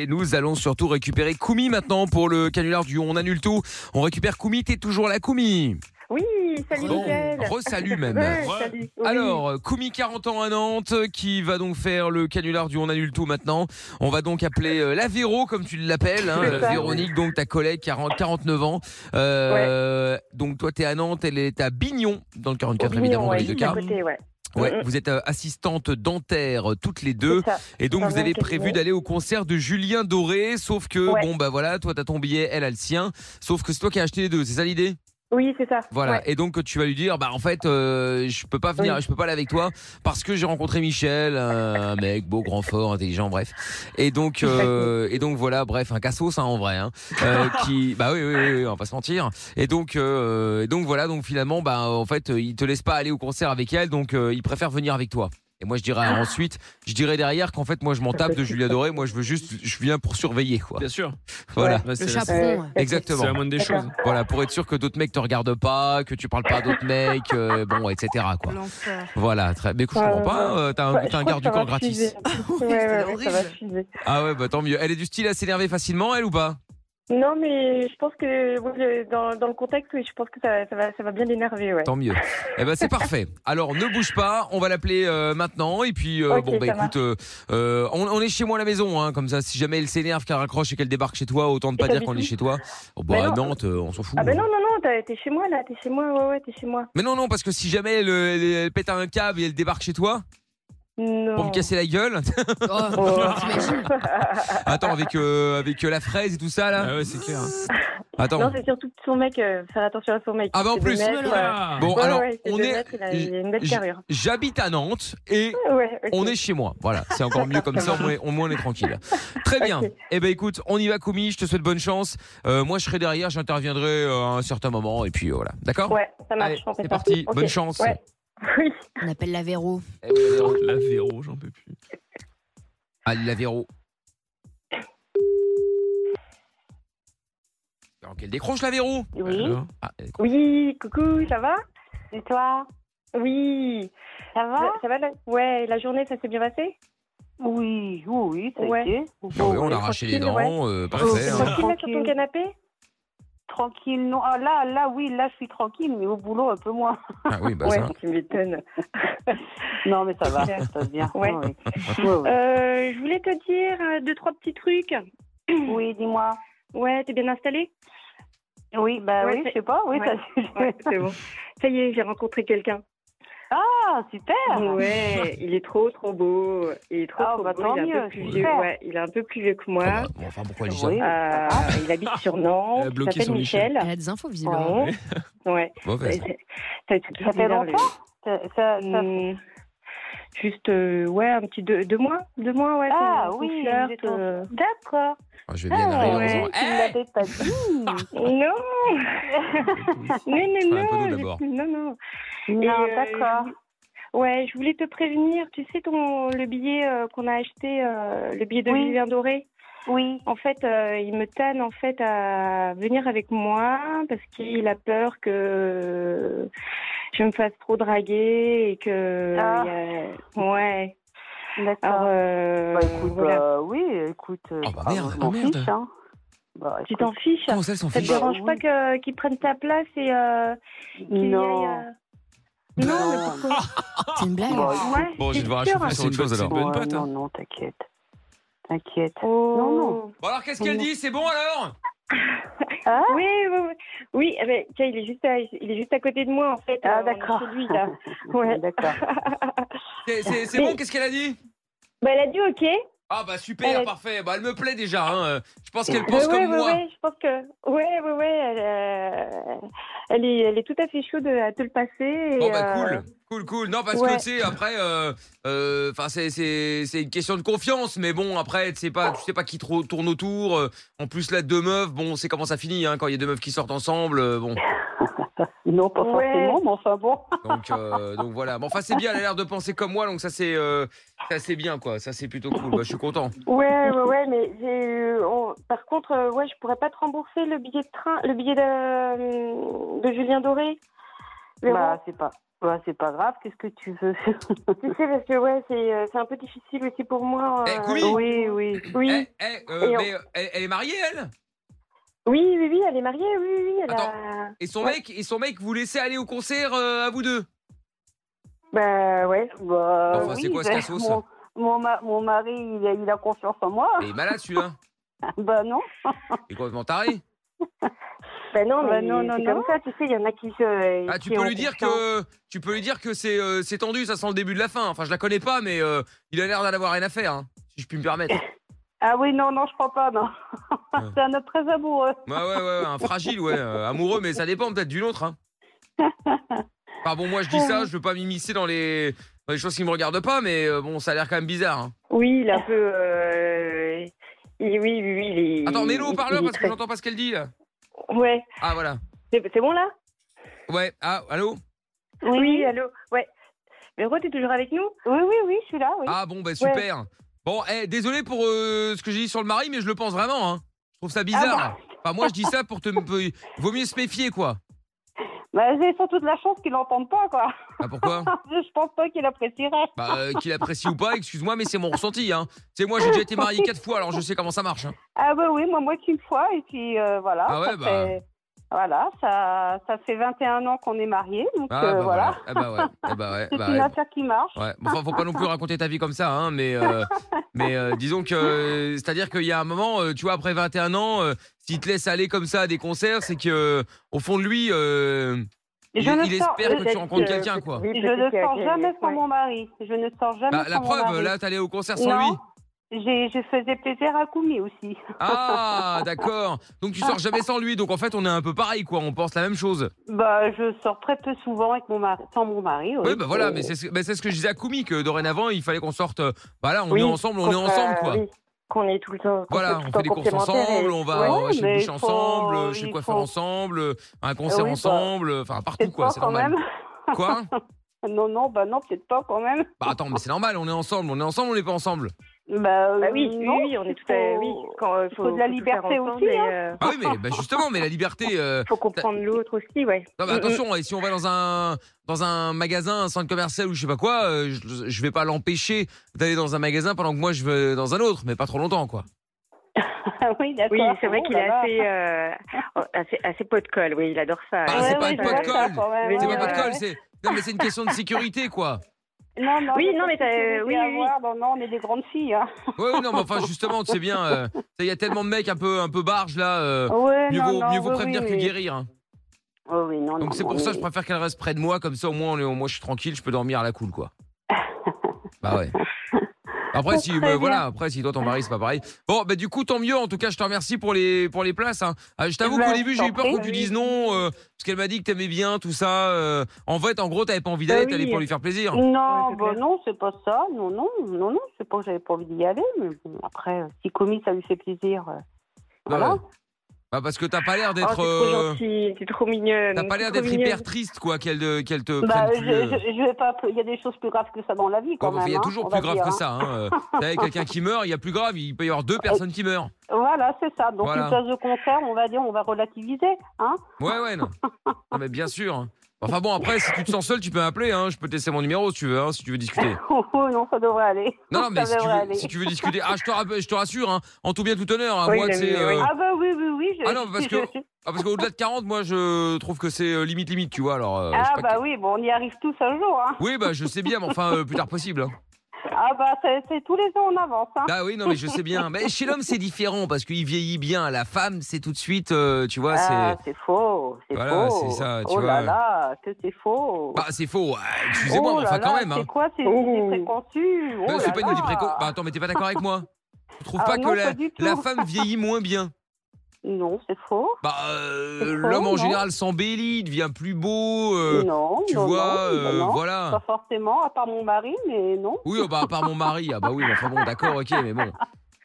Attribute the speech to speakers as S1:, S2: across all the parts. S1: Et nous allons surtout récupérer Koumi maintenant pour le canular du On annule tout. On récupère Koumi, t'es toujours là Koumi
S2: Oui, salut
S1: Bon,
S2: Mickaël.
S1: re-salut même.
S2: Ouais, salut. Oui.
S1: Alors, Koumi 40 ans à Nantes qui va donc faire le canular du On annule tout maintenant. On va donc appeler euh, la Véro comme tu l'appelles, hein,
S2: C'est
S1: euh,
S2: ça.
S1: Véronique, donc ta collègue 40, 49 ans. Euh, Donc toi t'es à Nantes, elle est à Bignon dans le 44
S2: Au
S1: évidemment
S2: Bignon,
S1: dans
S2: ouais,
S1: les deux
S2: juste à
S1: cas.
S2: côté, ouais.
S1: Ouais,
S2: Mhm.
S1: vous êtes euh, assistante dentaire euh, toutes les deux.
S2: C'est ça.
S1: Et donc
S2: Dans
S1: vous
S2: le
S1: avez
S2: même
S1: prévu
S2: cabinet.
S1: d'aller au concert de Julien Doré, sauf que
S2: Ouais.
S1: bon bah voilà, toi t'as ton billet, elle a le sien, sauf que c'est toi qui as acheté les deux, c'est ça l'idée
S2: Oui, c'est ça.
S1: Voilà.
S2: Ouais.
S1: Et donc tu vas lui dire bah en fait euh, je peux pas venir,
S2: Oui.
S1: je peux pas aller avec toi parce que j'ai rencontré Michel, un mec beau, grand, fort, intelligent, bref. Et donc euh, et donc voilà, bref un cassos hein, en vrai, hein, euh, qui bah oui, oui oui oui, on va pas se mentir. Et donc euh, et donc voilà donc finalement bah en fait euh, il te laisse pas aller au concert avec elle, donc euh, il préfère venir avec toi. Et moi je dirais ensuite, je dirais derrière qu'en fait moi je m'en tape de Julien Doré, moi je veux juste, je viens pour surveiller quoi.
S3: Bien sûr.
S1: Voilà,
S3: Ouais, bah, c'est
S4: Le
S3: la-
S4: chaperon.
S2: Euh,
S4: ouais.
S2: d'accord.
S1: exactement.
S3: c'est la moindre des
S2: D'accord.
S3: choses.
S1: Voilà, pour être sûr que d'autres mecs te regardent pas, que tu parles pas à d'autres mecs, euh, bon, etc. Quoi.
S4: L'enfer.
S1: Voilà, très... mais écoute, je comprends pas, euh, t'as un,
S2: Ouais, je
S1: t'as un
S2: crois
S1: garde
S2: que
S1: du
S2: ça
S1: corps
S2: va
S1: gratis.
S2: fuser. Ouais,
S4: Ah c'était
S2: ouais, ouais, ça
S4: horrible.
S2: va fuser.
S1: Ah ouais, bah tant mieux. Elle est du style à s'énerver facilement, elle ou pas
S2: Non, mais je pense que oui, le- dans, dans le contexte, oui, je pense que ça, ça, va, ça va bien l'énerver. Ouais.
S1: Tant mieux. Eh ben c'est parfait. Alors ne bouge pas, on va l'appeler euh, maintenant et puis euh,
S2: Ok,
S1: bon bah
S2: ça
S1: écoute, euh, euh, on, on est chez moi à la maison, hein, comme ça. Si jamais elle s'énerve, qu'elle raccroche et qu'elle débarque chez toi, autant ne pas
S2: Et
S1: dire
S2: t'habites
S1: qu'on est
S2: où
S1: chez toi. Oh, bah
S2: Mais
S1: à
S2: non.
S1: Nantes, euh, on s'en fout.
S2: Ah ben non, non, non, t'as- t'es chez moi là, t'es chez moi, ouais, ouais, t'es chez moi.
S1: Mais non, non, parce que si jamais elle, euh, elle- elle pète un câble et elle débarque chez toi
S2: Non.
S1: pour me casser la gueule,
S4: Oh,
S2: Oh.
S4: t'imagines
S1: attends avec euh, avec euh, la fraise et tout ça là.
S3: Ah ouais, c'est clair.
S1: Attends.
S2: Non, c'est surtout son mec, euh, faire attention à son mec.
S1: Ah bah, en
S2: C'est
S1: plus.
S2: deux mètres, ouais.
S1: Bon,
S2: Ouais,
S1: alors,
S2: ouais, c'est
S1: on
S2: deux
S1: est-
S2: mètres, il a, il a une belle
S1: je-
S2: carrure.
S1: J'habite à Nantes et
S2: Ouais, ok.
S1: on est chez moi. Voilà, c'est encore mieux comme ça, au moins, au moins, on est tranquille. Très bien.
S2: Ok.
S1: Eh ben écoute, on y va, Koumi, je te souhaite bonne chance. Euh, moi, je serai derrière, j'interviendrai euh, à un certain moment et puis euh, voilà. D'accord
S2: Ouais, ça marche.
S1: Allez,
S2: on fait
S1: c'est
S2: ça.
S1: parti,
S2: Ok.
S1: bonne chance.
S2: Ouais. Oui.
S4: On appelle la Véro.
S1: Eh oui, allez,
S3: La Véro, j'en peux plus.
S1: Allez, la Véro. Alors qu'elle décroche la Véro
S2: Oui.
S3: Alors
S1: Ah, elle décroche.
S2: Oui, coucou, ça va
S5: Et toi,
S2: Oui.
S5: ça va
S2: Ça va la... Ouais, la journée, ça s'est bien passé
S5: Oui, oui, oui, ça
S2: Ouais.
S5: a été.
S1: Ah ouais, on
S2: elle
S1: a
S2: est
S1: arraché les dents,
S2: tranquille,
S1: euh, parfait.
S2: T'es
S3: c'est
S1: hein.
S2: tranquille
S3: ça.
S2: là sur ton
S5: Tranquille.
S2: canapé
S5: Tranquille, non. Ah, là, là, oui, là, je suis tranquille, mais au boulot, un peu moins.
S1: Ah oui, bah
S2: Ouais,
S1: ça.
S2: tu m'étonnes.
S5: Non, mais ça va, ça se passe bien.
S2: Ouais.
S5: Ah oui. Ouais, ouais.
S2: Euh, je voulais te dire euh, deux, trois petits trucs.
S5: Oui, dis-moi.
S2: Ouais, t'es bien installé
S5: Oui, bah
S2: Ouais,
S5: oui,
S2: c'est-
S5: je sais pas, oui,
S2: Ouais.
S5: ça-
S2: Ouais, c'est bon. Ça y est, j'ai rencontré quelqu'un.
S5: Ah, super
S2: Ouais, il est trop, trop beau. Il est trop,
S5: Ah,
S2: trop
S5: bah,
S2: beau.
S5: tant
S2: il est un peu
S5: mieux,
S2: plus
S5: super.
S2: vieux. Ouais, il est un peu plus vieux que moi.
S1: Ah bah, bon, enfin, pourquoi elle dit ça
S5: Oui.
S2: Euh, il habite sur Nantes.
S3: Elle a
S2: Il
S3: bloqué
S2: s'appelle
S3: son Michel.
S2: Michel.
S4: Elle a des infos, visiblement.
S2: Ouais. ouais.
S1: Mauvaise.
S2: C'est- c'est- c'est
S5: Ça fait
S2: bizarre,
S5: longtemps Ça- ça- ça-
S2: Hmm, Juste, euh, ouais, un petit deux, deux mois, deux mois, ouais.
S5: Ah,
S2: qu'on- qu'on
S5: oui,
S2: flirte,
S5: vous êtes en-
S2: euh.
S5: D'accord.
S1: Ah, je vais bien arriver en
S2: ouais.
S1: disant,
S5: Tu
S1: Eh,
S5: l'avais pas dit.
S2: Non, non, non,
S1: Enfin, un peu nous,
S2: non,
S1: d'abord.
S2: je- non, non. Et,
S5: Non,
S2: euh,
S5: d'accord.
S2: Ouais, je voulais te prévenir. Tu sais ton le billet euh, qu'on a acheté, euh, le billet de
S5: Oui.
S2: Julien Doré.
S5: Oui.
S2: En fait, euh, il me tanne en fait à venir avec moi parce qu'il a peur que je me fasse trop draguer et que
S5: Ah.
S2: il euh, y a- ouais. Alors,
S5: D'accord.
S2: euh,
S5: Bah écoute,
S2: voilà.
S5: bah, oui, écoute. euh,
S1: Ah, bah,
S5: enfin,
S1: merde.
S5: je m'en
S3: Ah, merde.
S5: fiche, hein. Bah,
S2: tu
S5: écoute,
S2: t'en fiches. hein.
S1: Comment ça, elle s'en
S2: Ça te
S1: fiche
S5: Bah,
S2: dérange pas
S5: oui.
S2: que- qu'ils prennent ta place et euh, qu'il y aille,
S5: Non.
S2: euh, Non, Ah, mais pourquoi
S4: C'est une blague.
S5: Bah, écoute,
S2: Ouais,
S1: Bon, je vais
S2: c'est
S1: devoir
S2: sûr. hein.
S1: réchauffer.
S3: Ah,
S1: C'est
S3: c'est
S1: autre
S3: une
S1: chose,
S3: bonne, c'est
S1: alors.
S3: une bonne
S5: Ouais,
S3: pote.
S5: Non,
S3: hein.
S5: non, t'inquiète. T'inquiète.
S2: Oh.
S5: Non, non.
S1: Bon, alors, qu'est-ce qu'elle dit C'est bon alors
S2: Oui, oui, oui. Oui, eh ben, tiens, il est juste à, il est juste à côté de moi en fait.
S5: Ah,
S2: Euh, on est
S5: d'accord.
S2: chez lui là. Ouais.
S5: D'accord.
S1: C'est- C'est c'est bon, qu'est-ce qu'elle a dit
S2: Bah, elle a dit OK.
S1: Ah bah super,
S2: Elle-
S1: parfait. Bah elle me plaît déjà. hein. Euh, Je pense qu'elle
S2: Oui,
S1: pense
S2: ouais,
S1: comme
S2: ouais,
S1: moi.
S2: ouais, je pense que ouais, ouais, ouais, elle, euh, elle est, elle est tout à fait chaude à te le passer. et,
S1: Bon bah
S2: euh,
S1: cool, cool, cool. Non parce
S2: ouais.
S1: que tu sais après, euh, enfin c'est c'est c'est une question de confiance, mais bon après tu sais pas, tu sais pas qui trop tourne autour. Euh, En plus là deux meufs, bon c'est comment ça finit hein, quand il y a deux meufs qui sortent ensemble. euh, bon
S5: Non, pas
S2: Ouais.
S5: forcément, mais enfin bon.
S1: donc euh, donc voilà. Mais enfin c'est bien, elle a l'air de penser comme moi, donc ça c'est euh, ça c'est bien quoi. Ça c'est plutôt cool. Bah, je suis content.
S2: Ouais, ouais, ouais, mais j'ai, eu- on- par contre, euh, ouais, je pourrais pas te rembourser le billet de train, le billet de, euh, de Julien Doré. Véro.
S5: Bah, c'est pas. Bah, c'est pas grave, qu'est-ce que tu veux
S2: Tu sais, parce que ouais, c'est euh, c'est un peu difficile aussi pour moi.
S1: Eh,
S2: euh,
S1: Koumi
S5: Oui, oui.
S2: oui.
S1: Eh, eh, euh,
S2: Et on-
S1: mais euh, elle, elle est mariée, elle
S2: oui, oui, oui, elle est mariée, oui, oui, oui, elle a...
S1: et son,
S2: Ouais.
S1: mec, et son mec, vous laissez aller au concert euh, à vous deux
S2: Bah ouais.
S5: Bah,
S1: Enfin, c'est
S5: oui,
S1: quoi ce
S5: bah,
S1: cassos,
S5: mon, mon, ma- mon mari, il a, il a confiance en
S2: Ah.
S5: moi.
S1: Elle est malade, celui-là.
S5: Bah non.
S1: Il est complètement taré.
S2: Bah non, mais
S5: Bah non, non,
S2: c'est
S5: non.
S2: comme ça, tu sais, il y en a qui se...
S1: Ah, tu
S2: qui
S1: peux
S2: ont
S1: lui dire
S2: confiance.
S1: que tu peux lui dire que c'est euh, c'est tendu, ça sent le début de la fin. Enfin, je la connais pas, mais euh, il a l'air d'en avoir rien à faire, hein, si je puis me permettre.
S5: Ah oui, non, non, je crois pas, non. c'est un homme très amoureux.
S1: Ouais, ouais, ouais, un fragile, ouais, euh, amoureux, mais ça dépend peut-être d'une autre. Hein. Enfin bon, moi je dis ça, je veux pas m'immiscer dans les, dans les choses qui me regardent pas, mais euh, bon, ça a l'air quand même bizarre. hein.
S2: Oui, il est un peu... euh, il- oui, oui, oui, il est...
S1: Attends, mets-le
S2: il-
S1: au
S2: il-
S1: parleur
S2: il est
S1: parce que
S2: très-
S1: j'entends pas ce qu'elle dit là.
S2: Ouais,
S1: Ah voilà.
S2: c'est c'est bon là
S1: Ouais, ah, allô
S2: oui. allô Ouais. Mais Roi, t'es toujours avec nous
S5: Oui, oui, oui, je suis là, oui.
S1: Ah bon, bah super. Bon, eh, désolé pour euh, ce que j'ai dit sur le mari, mais je le pense vraiment. Hein. Je trouve ça bizarre.
S5: Ah
S1: Enfin, moi je dis ça pour te. Vaut mieux se méfier quoi.
S5: Bah, j'ai surtout de la chance qu'il n'entende pas, quoi.
S1: Ah pourquoi
S5: je pense pas qu'il apprécierait.
S1: Bah, euh, qu'il apprécie ou pas, excuse-moi, mais c'est mon ressenti. Hein. C'est moi, j'ai déjà été marié quatre fois, alors je sais comment ça marche. hein.
S5: Ah bah oui, moi, moi qu'une fois, et puis euh, voilà.
S1: Ah ouais,
S5: ça
S1: bah.
S5: fait- Voilà, ça, ça fait 21 ans qu'on est mariés, donc
S1: Ah,
S5: euh,
S1: bah,
S5: voilà.
S1: voilà. Ah bah ouais. Ah bah ouais.
S5: C'est
S1: bah
S5: une
S1: ouais.
S5: affaire qui marche.
S1: Ouais. Bon, enfin, faut pas non plus raconter ta vie comme ça, hein, mais, euh, mais euh, disons que euh, c'est-à-dire qu'il y a un moment, euh, tu vois, après 21 ans, euh, s'il te laisse aller comme ça à des concerts, c'est que euh, au fond de lui, euh, il,
S5: Je ne
S1: il
S5: sors-
S1: espère que tu
S2: peut-être
S1: rencontres
S2: que-
S1: quelqu'un, quoi.
S2: Oui,
S5: Je
S2: Euh, peut-être
S5: ne
S2: qu'il y a
S5: sors
S2: quelqu'un,
S5: jamais sans
S2: ouais.
S5: mon mari. Je ne sors jamais
S1: Bah,
S5: sans
S1: la
S5: mon
S1: preuve,
S5: mari.
S1: là, t'es allé au concert sans lui.
S5: non, j'ai- je faisais plaisir à Koumi aussi.
S1: Ah, d'accord. Donc tu sors jamais sans lui. Donc en fait, on est un peu pareil, quoi. On pense la même chose.
S5: Bah, je sors très peu souvent avec mon mari, sans mon mari. Oui,
S1: Oui, bah voilà. Mais c'est ce, bah, c'est ce que je disais à Koumi que dorénavant, il fallait qu'on sorte. euh, Bah là, on
S2: Oui,
S1: est ensemble, on est
S2: qu'on-
S1: ensemble,
S2: euh,
S1: quoi.
S2: oui, Qu'on est tout le temps. qu'on
S1: Voilà,
S2: soit tout
S1: on
S2: le temps
S1: fait des courses
S2: complémentaires et-
S1: ensemble, on va
S2: Ouais.
S1: euh, chez le
S5: mais
S1: boucher
S5: il faut-
S1: ensemble, euh, chez le
S5: il
S1: coiffeur
S5: faut-
S1: ensemble, euh, un concert
S5: Oui, bah,
S1: ensemble, euh, enfin partout
S5: Peut-être
S1: quoi,
S5: pas
S1: c'est
S5: quand
S1: normal.
S5: même.
S1: Quoi
S5: Non, non, bah non, peut-être pas quand même.
S1: Bah attends, mais c'est normal, on est ensemble, on est ensemble, on n'est pas ensemble.
S5: Bah, euh,
S2: Bah oui, oui,
S5: non,
S2: oui, on est
S5: il
S2: tout à
S5: faut-
S2: oui. Quand, euh,
S5: faut de la
S2: tout faire
S5: liberté
S2: ensemble
S5: aussi,
S2: et,
S5: hein.
S2: euh,
S1: Ah oui, mais bah, justement, mais la liberté. euh,
S2: faut comprendre l'autre aussi, ouais.
S1: Non, mais
S2: Mm, mm.
S1: attention, et si on va dans un dans un magasin, un centre commercial ou je sais pas quoi, euh, je, je vais pas l'empêcher d'aller dans un magasin pendant que moi je vais dans un autre, mais pas trop longtemps quoi.
S5: Ah oui, d'accord.
S2: Oui, c'est vrai
S5: Oh
S2: qu'il est
S5: là là.
S2: assez, euh, assez, assez pot de colle, oui, il adore ça.
S1: Bah,
S2: Il
S1: c'est
S2: adore
S1: pas
S2: ça,
S1: une
S5: je
S1: pot de
S5: vois
S2: ouais.
S1: colle.
S5: ça quand même,
S2: Mais
S1: C'est
S5: ouais,
S1: pas pas de
S5: ouais,
S1: colle,
S5: ouais.
S1: c'est non mais c'est une question de sécurité quoi.
S5: Non, non,
S2: Oui,
S5: mais
S2: non, mais
S5: c'est
S2: t'as-
S5: sécurité
S2: oui,
S5: à
S2: oui.
S5: avoir. Non, non, on est des grandes filles. Hein.
S1: Ouais, ouais, non mais enfin justement, tu sais bien, euh, ça, il y a tellement de mecs un peu un peu barge là. euh,
S5: Ouais,
S1: Mieux
S5: non,
S1: vaut,
S5: non,
S1: mieux vaut
S5: oui,
S1: prévenir
S5: oui,
S1: que
S5: oui.
S1: guérir. hein.
S5: Oh oui, non, non,
S1: Donc c'est
S5: non,
S1: pour ça
S5: mais-
S1: je préfère qu'elle reste près de moi, comme ça au moins, on est- au moins je suis tranquille, je peux dormir à la cool quoi. bah ouais. Après si
S5: Très
S1: bah,
S5: bien.
S1: voilà, après si toi ton mari c'est pas pareil. Bon bah du coup tant mieux. En tout cas je te remercie pour les pour les places. hein. Ah, je t'avoue
S5: Bah,
S1: qu'au
S5: je
S1: début
S5: t'en
S1: j'ai eu peur
S5: prie.
S1: que tu dises non euh, parce qu'elle m'a dit que t'aimais bien tout ça. euh, en fait en gros t'avais pas envie d'aller,
S2: Bah
S1: t'allais
S2: oui.
S1: pour lui faire plaisir.
S5: Non,
S2: Ouais, c'est
S5: bah
S2: clair.
S5: non, c'est pas ça. Non, non, non, non, c'est pas que j'avais pas envie d'y aller. Mais bon, après, euh, si Comi, ça lui fait plaisir. euh, Voilà.
S1: ouais. Bah, parce que t'as pas l'air
S2: Oh, t'es
S1: d'être,
S2: trop
S1: euh,
S2: gentille, t'es trop mignonne.
S1: t'as pas
S2: t'es
S1: l'air
S2: trop
S1: d'être
S2: mignonne.
S1: hyper triste quoi, qu'elle de- qu'elle te
S5: Bah,
S1: prenne
S5: je,
S1: plus, euh.
S5: je, je vais pas. Il y a des choses plus graves que ça dans la vie, quand
S1: Ouais, enfin,
S5: même.
S1: il y a
S5: hein,
S1: toujours
S5: on
S1: plus
S5: va
S1: grave
S5: dire,
S1: que
S5: hein.
S1: ça. Hein.
S5: Euh,
S1: Euh, Vous savez, quelqu'un qui meurt, il y a plus grave. Il peut y avoir deux personnes qui meurent.
S5: Voilà, c'est ça. Donc,
S1: Voilà.
S5: une place de concert, on va dire, on va relativiser. Hein
S1: Ouais, ouais, non. Non, mais bien sûr. Enfin bon, après, si tu te sens seul, tu peux m'appeler. Hein. Je peux te laisser mon numéro si tu veux, hein, si tu veux discuter.
S5: oh, oh, non, ça devrait aller.
S1: Non, non, mais
S5: ça
S1: si tu
S5: devrait
S1: veux,
S5: aller.
S1: si tu veux discuter. Ah, je te, rappelle- je te rassure, hein, en tout bien, tout honneur. Hein,
S2: Oui,
S1: moi,
S2: il a
S1: c'est.
S2: mis, oui.
S1: euh,
S5: Ah, bah oui, oui, oui. Je,
S1: Ah non, parce
S5: je-
S1: que-
S5: je-
S1: ah, parce qu'au-delà de 40, moi, je trouve que c'est euh, limite, limite, tu vois. Alors, euh, je sais
S5: Ah,
S1: pas
S5: bah
S1: que-
S5: oui, bon, on y arrive tous un jour. Hein.
S1: Oui, bah, je sais bien, mais enfin, euh, plus tard possible. hein.
S5: Ah, bah, c'est c'est tous les ans, on avance. Hein.
S1: Ah oui, non, mais je sais bien. Mais chez l'homme, c'est différent parce qu'il vieillit bien. La femme, c'est tout de suite, euh, tu vois, c'est.
S5: Ah, c'est faux, c'est
S1: Voilà,
S5: faux.
S1: c'est ça, tu
S5: oh là
S1: vois.
S5: là, que c'est faux.
S1: Bah, c'est faux. Ah, Excusez-moi,
S5: oh
S1: mais
S5: là
S1: enfin, quand
S5: là,
S1: même. hein.
S5: C'est quoi ces
S2: Oh.
S5: idées préconçues oh
S1: Bah,
S5: là
S1: c'est pas une
S5: là.
S1: idée préco- Bah, attends, mais t'es pas d'accord avec moi Tu trouves
S5: Ah
S1: pas
S5: non,
S1: que
S5: pas
S1: la,
S5: du tout.
S1: la femme vieillit moins bien
S5: Non, c'est faux.
S1: Bah, euh,
S5: C'est faux,
S1: l'homme en
S5: non
S1: général s'embellit, devient plus beau. euh,
S5: non,
S1: tu
S5: non,
S1: vois,
S5: non,
S1: euh,
S5: non, non. Pas
S1: voilà.
S5: forcément, à part mon mari, mais non.
S1: Oui, oh, bah, à part mon mari. Ah, bah oui, mais enfin bon, d'accord, ok, mais bon.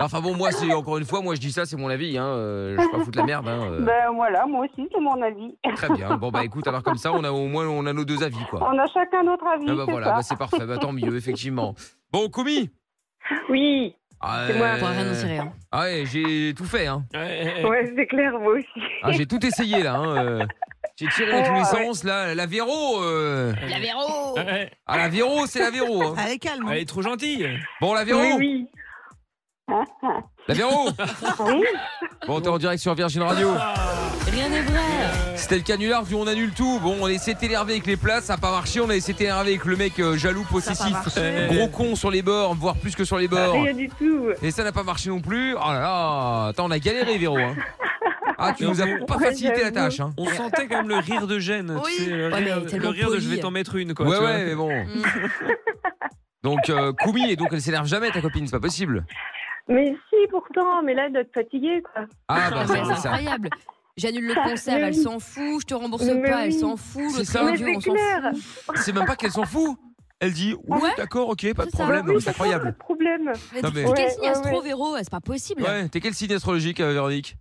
S1: Enfin bon, moi, c'est encore une fois, moi je dis ça, c'est mon avis. Hein, euh, je vais pas foutre la merde. hein, euh,
S5: Ben voilà, moi aussi, c'est mon avis.
S1: Très bien. Bon, bah écoute, alors comme ça, on a au moins on a nos deux avis, quoi.
S5: On a chacun notre avis,
S1: Ah, bah
S5: c'est
S1: voilà,
S5: ça.
S1: bah, c'est parfait. Bah, tant mieux, effectivement. Bon, Koumi euh,
S2: Oui, C'est moi.
S4: On pourra rien en tirer. hein.
S1: Ah ouais, j'ai tout fait, hein.
S2: ouais, c'est clair, moi aussi.
S1: Ah, j'ai tout essayé là. hein, euh. J'ai tiré dans tous
S5: Ouais,
S1: les
S5: ouais.
S1: sens, là. La Véro. euh,
S4: La Véro
S3: Ouais.
S1: Ah, la Véro, c'est la Véro. hein.
S6: Allez, calme.
S3: Elle est trop gentille.
S1: Bon, la Véro.
S2: Ah, Oui, oui.
S1: La Véro.
S5: Oui,
S1: Bon, t'es en direct sur Virgin Radio.
S4: Rien n'est vrai.
S1: C'était le canular vu on annule tout. Bon, on a essayé de t'énerver avec les places, ça n'a pas marché. On a essayé de t'énerver avec le mec euh, jaloux, possessif,
S3: marché.
S1: gros con sur les bords, voire plus que sur les bords.
S2: Rien du tout.
S1: Et ça n'a pas marché non plus. Oh là là, attends, on a galéré, Véro. hein. Ah, tu nous as pas
S2: Ouais,
S1: facilité la
S2: j'avoue.
S1: tâche. Hein.
S3: On sentait quand même le rire de gêne.
S6: Oui.
S3: tu sais, le
S4: Ouais, mais
S3: rire, le
S4: tellement
S3: rire de je
S4: poli.
S3: vais t'en mettre une. Quoi,
S1: Ouais,
S3: tu vois.
S1: ouais, mais bon.
S4: Mm.
S1: Donc, euh, Koumi, et donc elle s'énerve jamais, ta copine, c'est pas possible.
S2: Mais si, pourtant, mais là, elle doit être fatiguée, quoi.
S1: Ah, bah,
S4: Ah,
S1: ça,
S4: mais C'est
S1: c'est ça.
S4: incroyable. J'annule le
S2: Ça,
S4: concert,
S2: mais
S4: elle
S2: oui.
S4: s'en fout. Je te rembourse
S2: Mais
S4: pas, elle
S2: oui.
S4: s'en fout.
S1: C'est
S4: L'autre
S1: ça.
S2: mais
S4: radio,
S2: c'est
S4: on s'en
S2: clair.
S4: fout.
S1: C'est même pas qu'elle s'en fout. Elle dit, oui,
S4: Ouais.
S1: d'accord, ok, pas de
S4: C'est ça.
S1: problème. Non,
S2: Oui,
S1: mais C'est
S2: Pas
S1: incroyable.
S2: de problème.
S4: Mais
S1: Non,
S4: t'es-
S1: mais-
S4: t'es
S2: Ouais,
S4: quel
S2: ouais,
S4: signe astro,
S2: ouais.
S4: Véro C'est pas possible.
S1: Ouais, t'es quel signe astrologique, euh, Véronique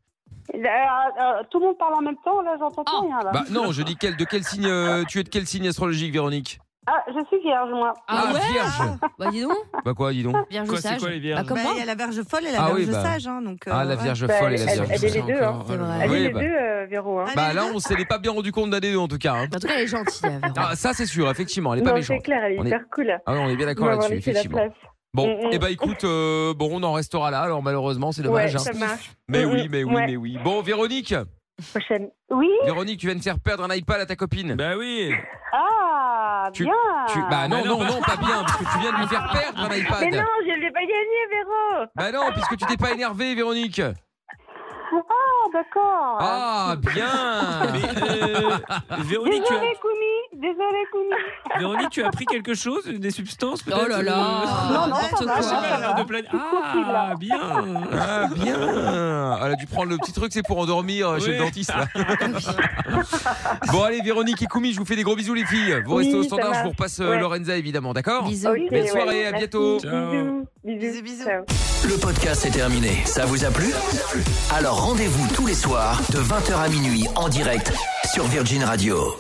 S5: Là, euh, tout le monde parle en même temps, là j'entends
S4: Ah.
S5: pas rien. Là.
S1: Bah non, je dis quel, de quel signe euh, tu es de quel signe astrologique, Vieronique
S5: Ah, je suis vierge moi.
S4: Ah, ouais
S1: vierge.
S4: Bah dis donc,
S1: Bah quoi, dis donc.
S4: Vierge
S3: Quoi, c'est
S4: sage.
S3: quoi, les vierges
S4: Bah, comme
S6: Bah,
S4: moi.
S6: il y a la verge folle et la
S1: Ah
S6: verge
S1: oui, bah.
S6: sage. hein, donc, euh,
S1: Ah la
S6: ouais.
S1: vierge
S2: Bah,
S1: folle et la
S2: elle-
S1: vierge.
S2: elle est les
S1: sage.
S2: deux, hein.
S4: C'est vrai.
S2: Elle
S1: Oui,
S2: est les
S1: bah.
S2: deux, euh, Véro. Hein.
S6: Allez,
S1: Bah là, on s'est pas bien rendu compte d'un des deux en tout cas. hein.
S4: En tout cas, Bah, elle est gentille, la Véro.
S1: Ah ça c'est sûr, effectivement, elle est pas
S2: non, c'est
S1: méchante.
S2: clair, elle est
S1: On est-
S2: hyper cool.
S1: Ah ouais, on est bien
S2: On
S1: d'accord
S2: va avoir
S1: là-dessus,
S2: laissé la
S1: effectivement.
S2: place.
S1: Bon,
S2: Mm, mm.
S1: et bah écoute, euh, bon, on en restera là. Alors malheureusement, c'est
S2: Ouais,
S1: dommage. hein.
S2: ça marche.
S1: Mais
S2: Mm,
S1: oui,
S2: mm.
S1: mais oui,
S2: Ouais.
S1: mais oui. Bon, Véronique,
S2: Prochaine.
S5: Oui,
S1: Véronique, tu viens de faire perdre un iPad à ta copine.
S3: Bah oui.
S5: ah,
S1: Tu-
S5: bien.
S1: Tu- Bah non,
S3: Mais
S1: non,
S3: non,
S1: non, pas bien, parce que tu viens de lui faire perdre un
S2: Mais
S1: iPad.
S2: non, je ne l'ai pas gagné, Véro.
S1: Bah non, puisque tu t'es pas énervé, Véronique.
S5: Ah, d'accord.
S1: Ah bien.
S3: Mais, euh, Véronique, tu
S5: Désolé
S3: as,
S5: Koumi, désolé Koumi.
S3: Véronique, tu as pris quelque chose Des substances peut-être
S4: Oh là là
S3: Euh,
S6: Non, non,
S4: N'importe
S6: ça va,
S3: Je
S4: quoi.
S3: sais pas, elle a
S2: Ah.
S3: l'air de planer. Ah, bien
S1: Ah bien Ah, Elle a dû prendre le petit truc, c'est pour endormir euh, chez
S3: Oui. Ah,
S1: le dentiste. là. bon allez Véronique et Koumi, je vous fais des gros bisous les filles. Vous
S2: Oui,
S1: restez au
S2: ça
S1: standard, je
S2: va.
S1: vous repasse euh,
S2: Ouais.
S1: Lorenza évidemment, d'accord
S4: Bisous.
S2: Ok,
S1: Belle soirée, à
S2: merci.
S1: bientôt.
S3: Ciao.
S2: Bisous. Bisous,
S6: Bisous, bisous.
S2: Ciao.
S7: Le podcast est terminé. Ça vous a plu Alors rendez-vous tous les soirs de 20h à minuit en direct sur Virgin Radio.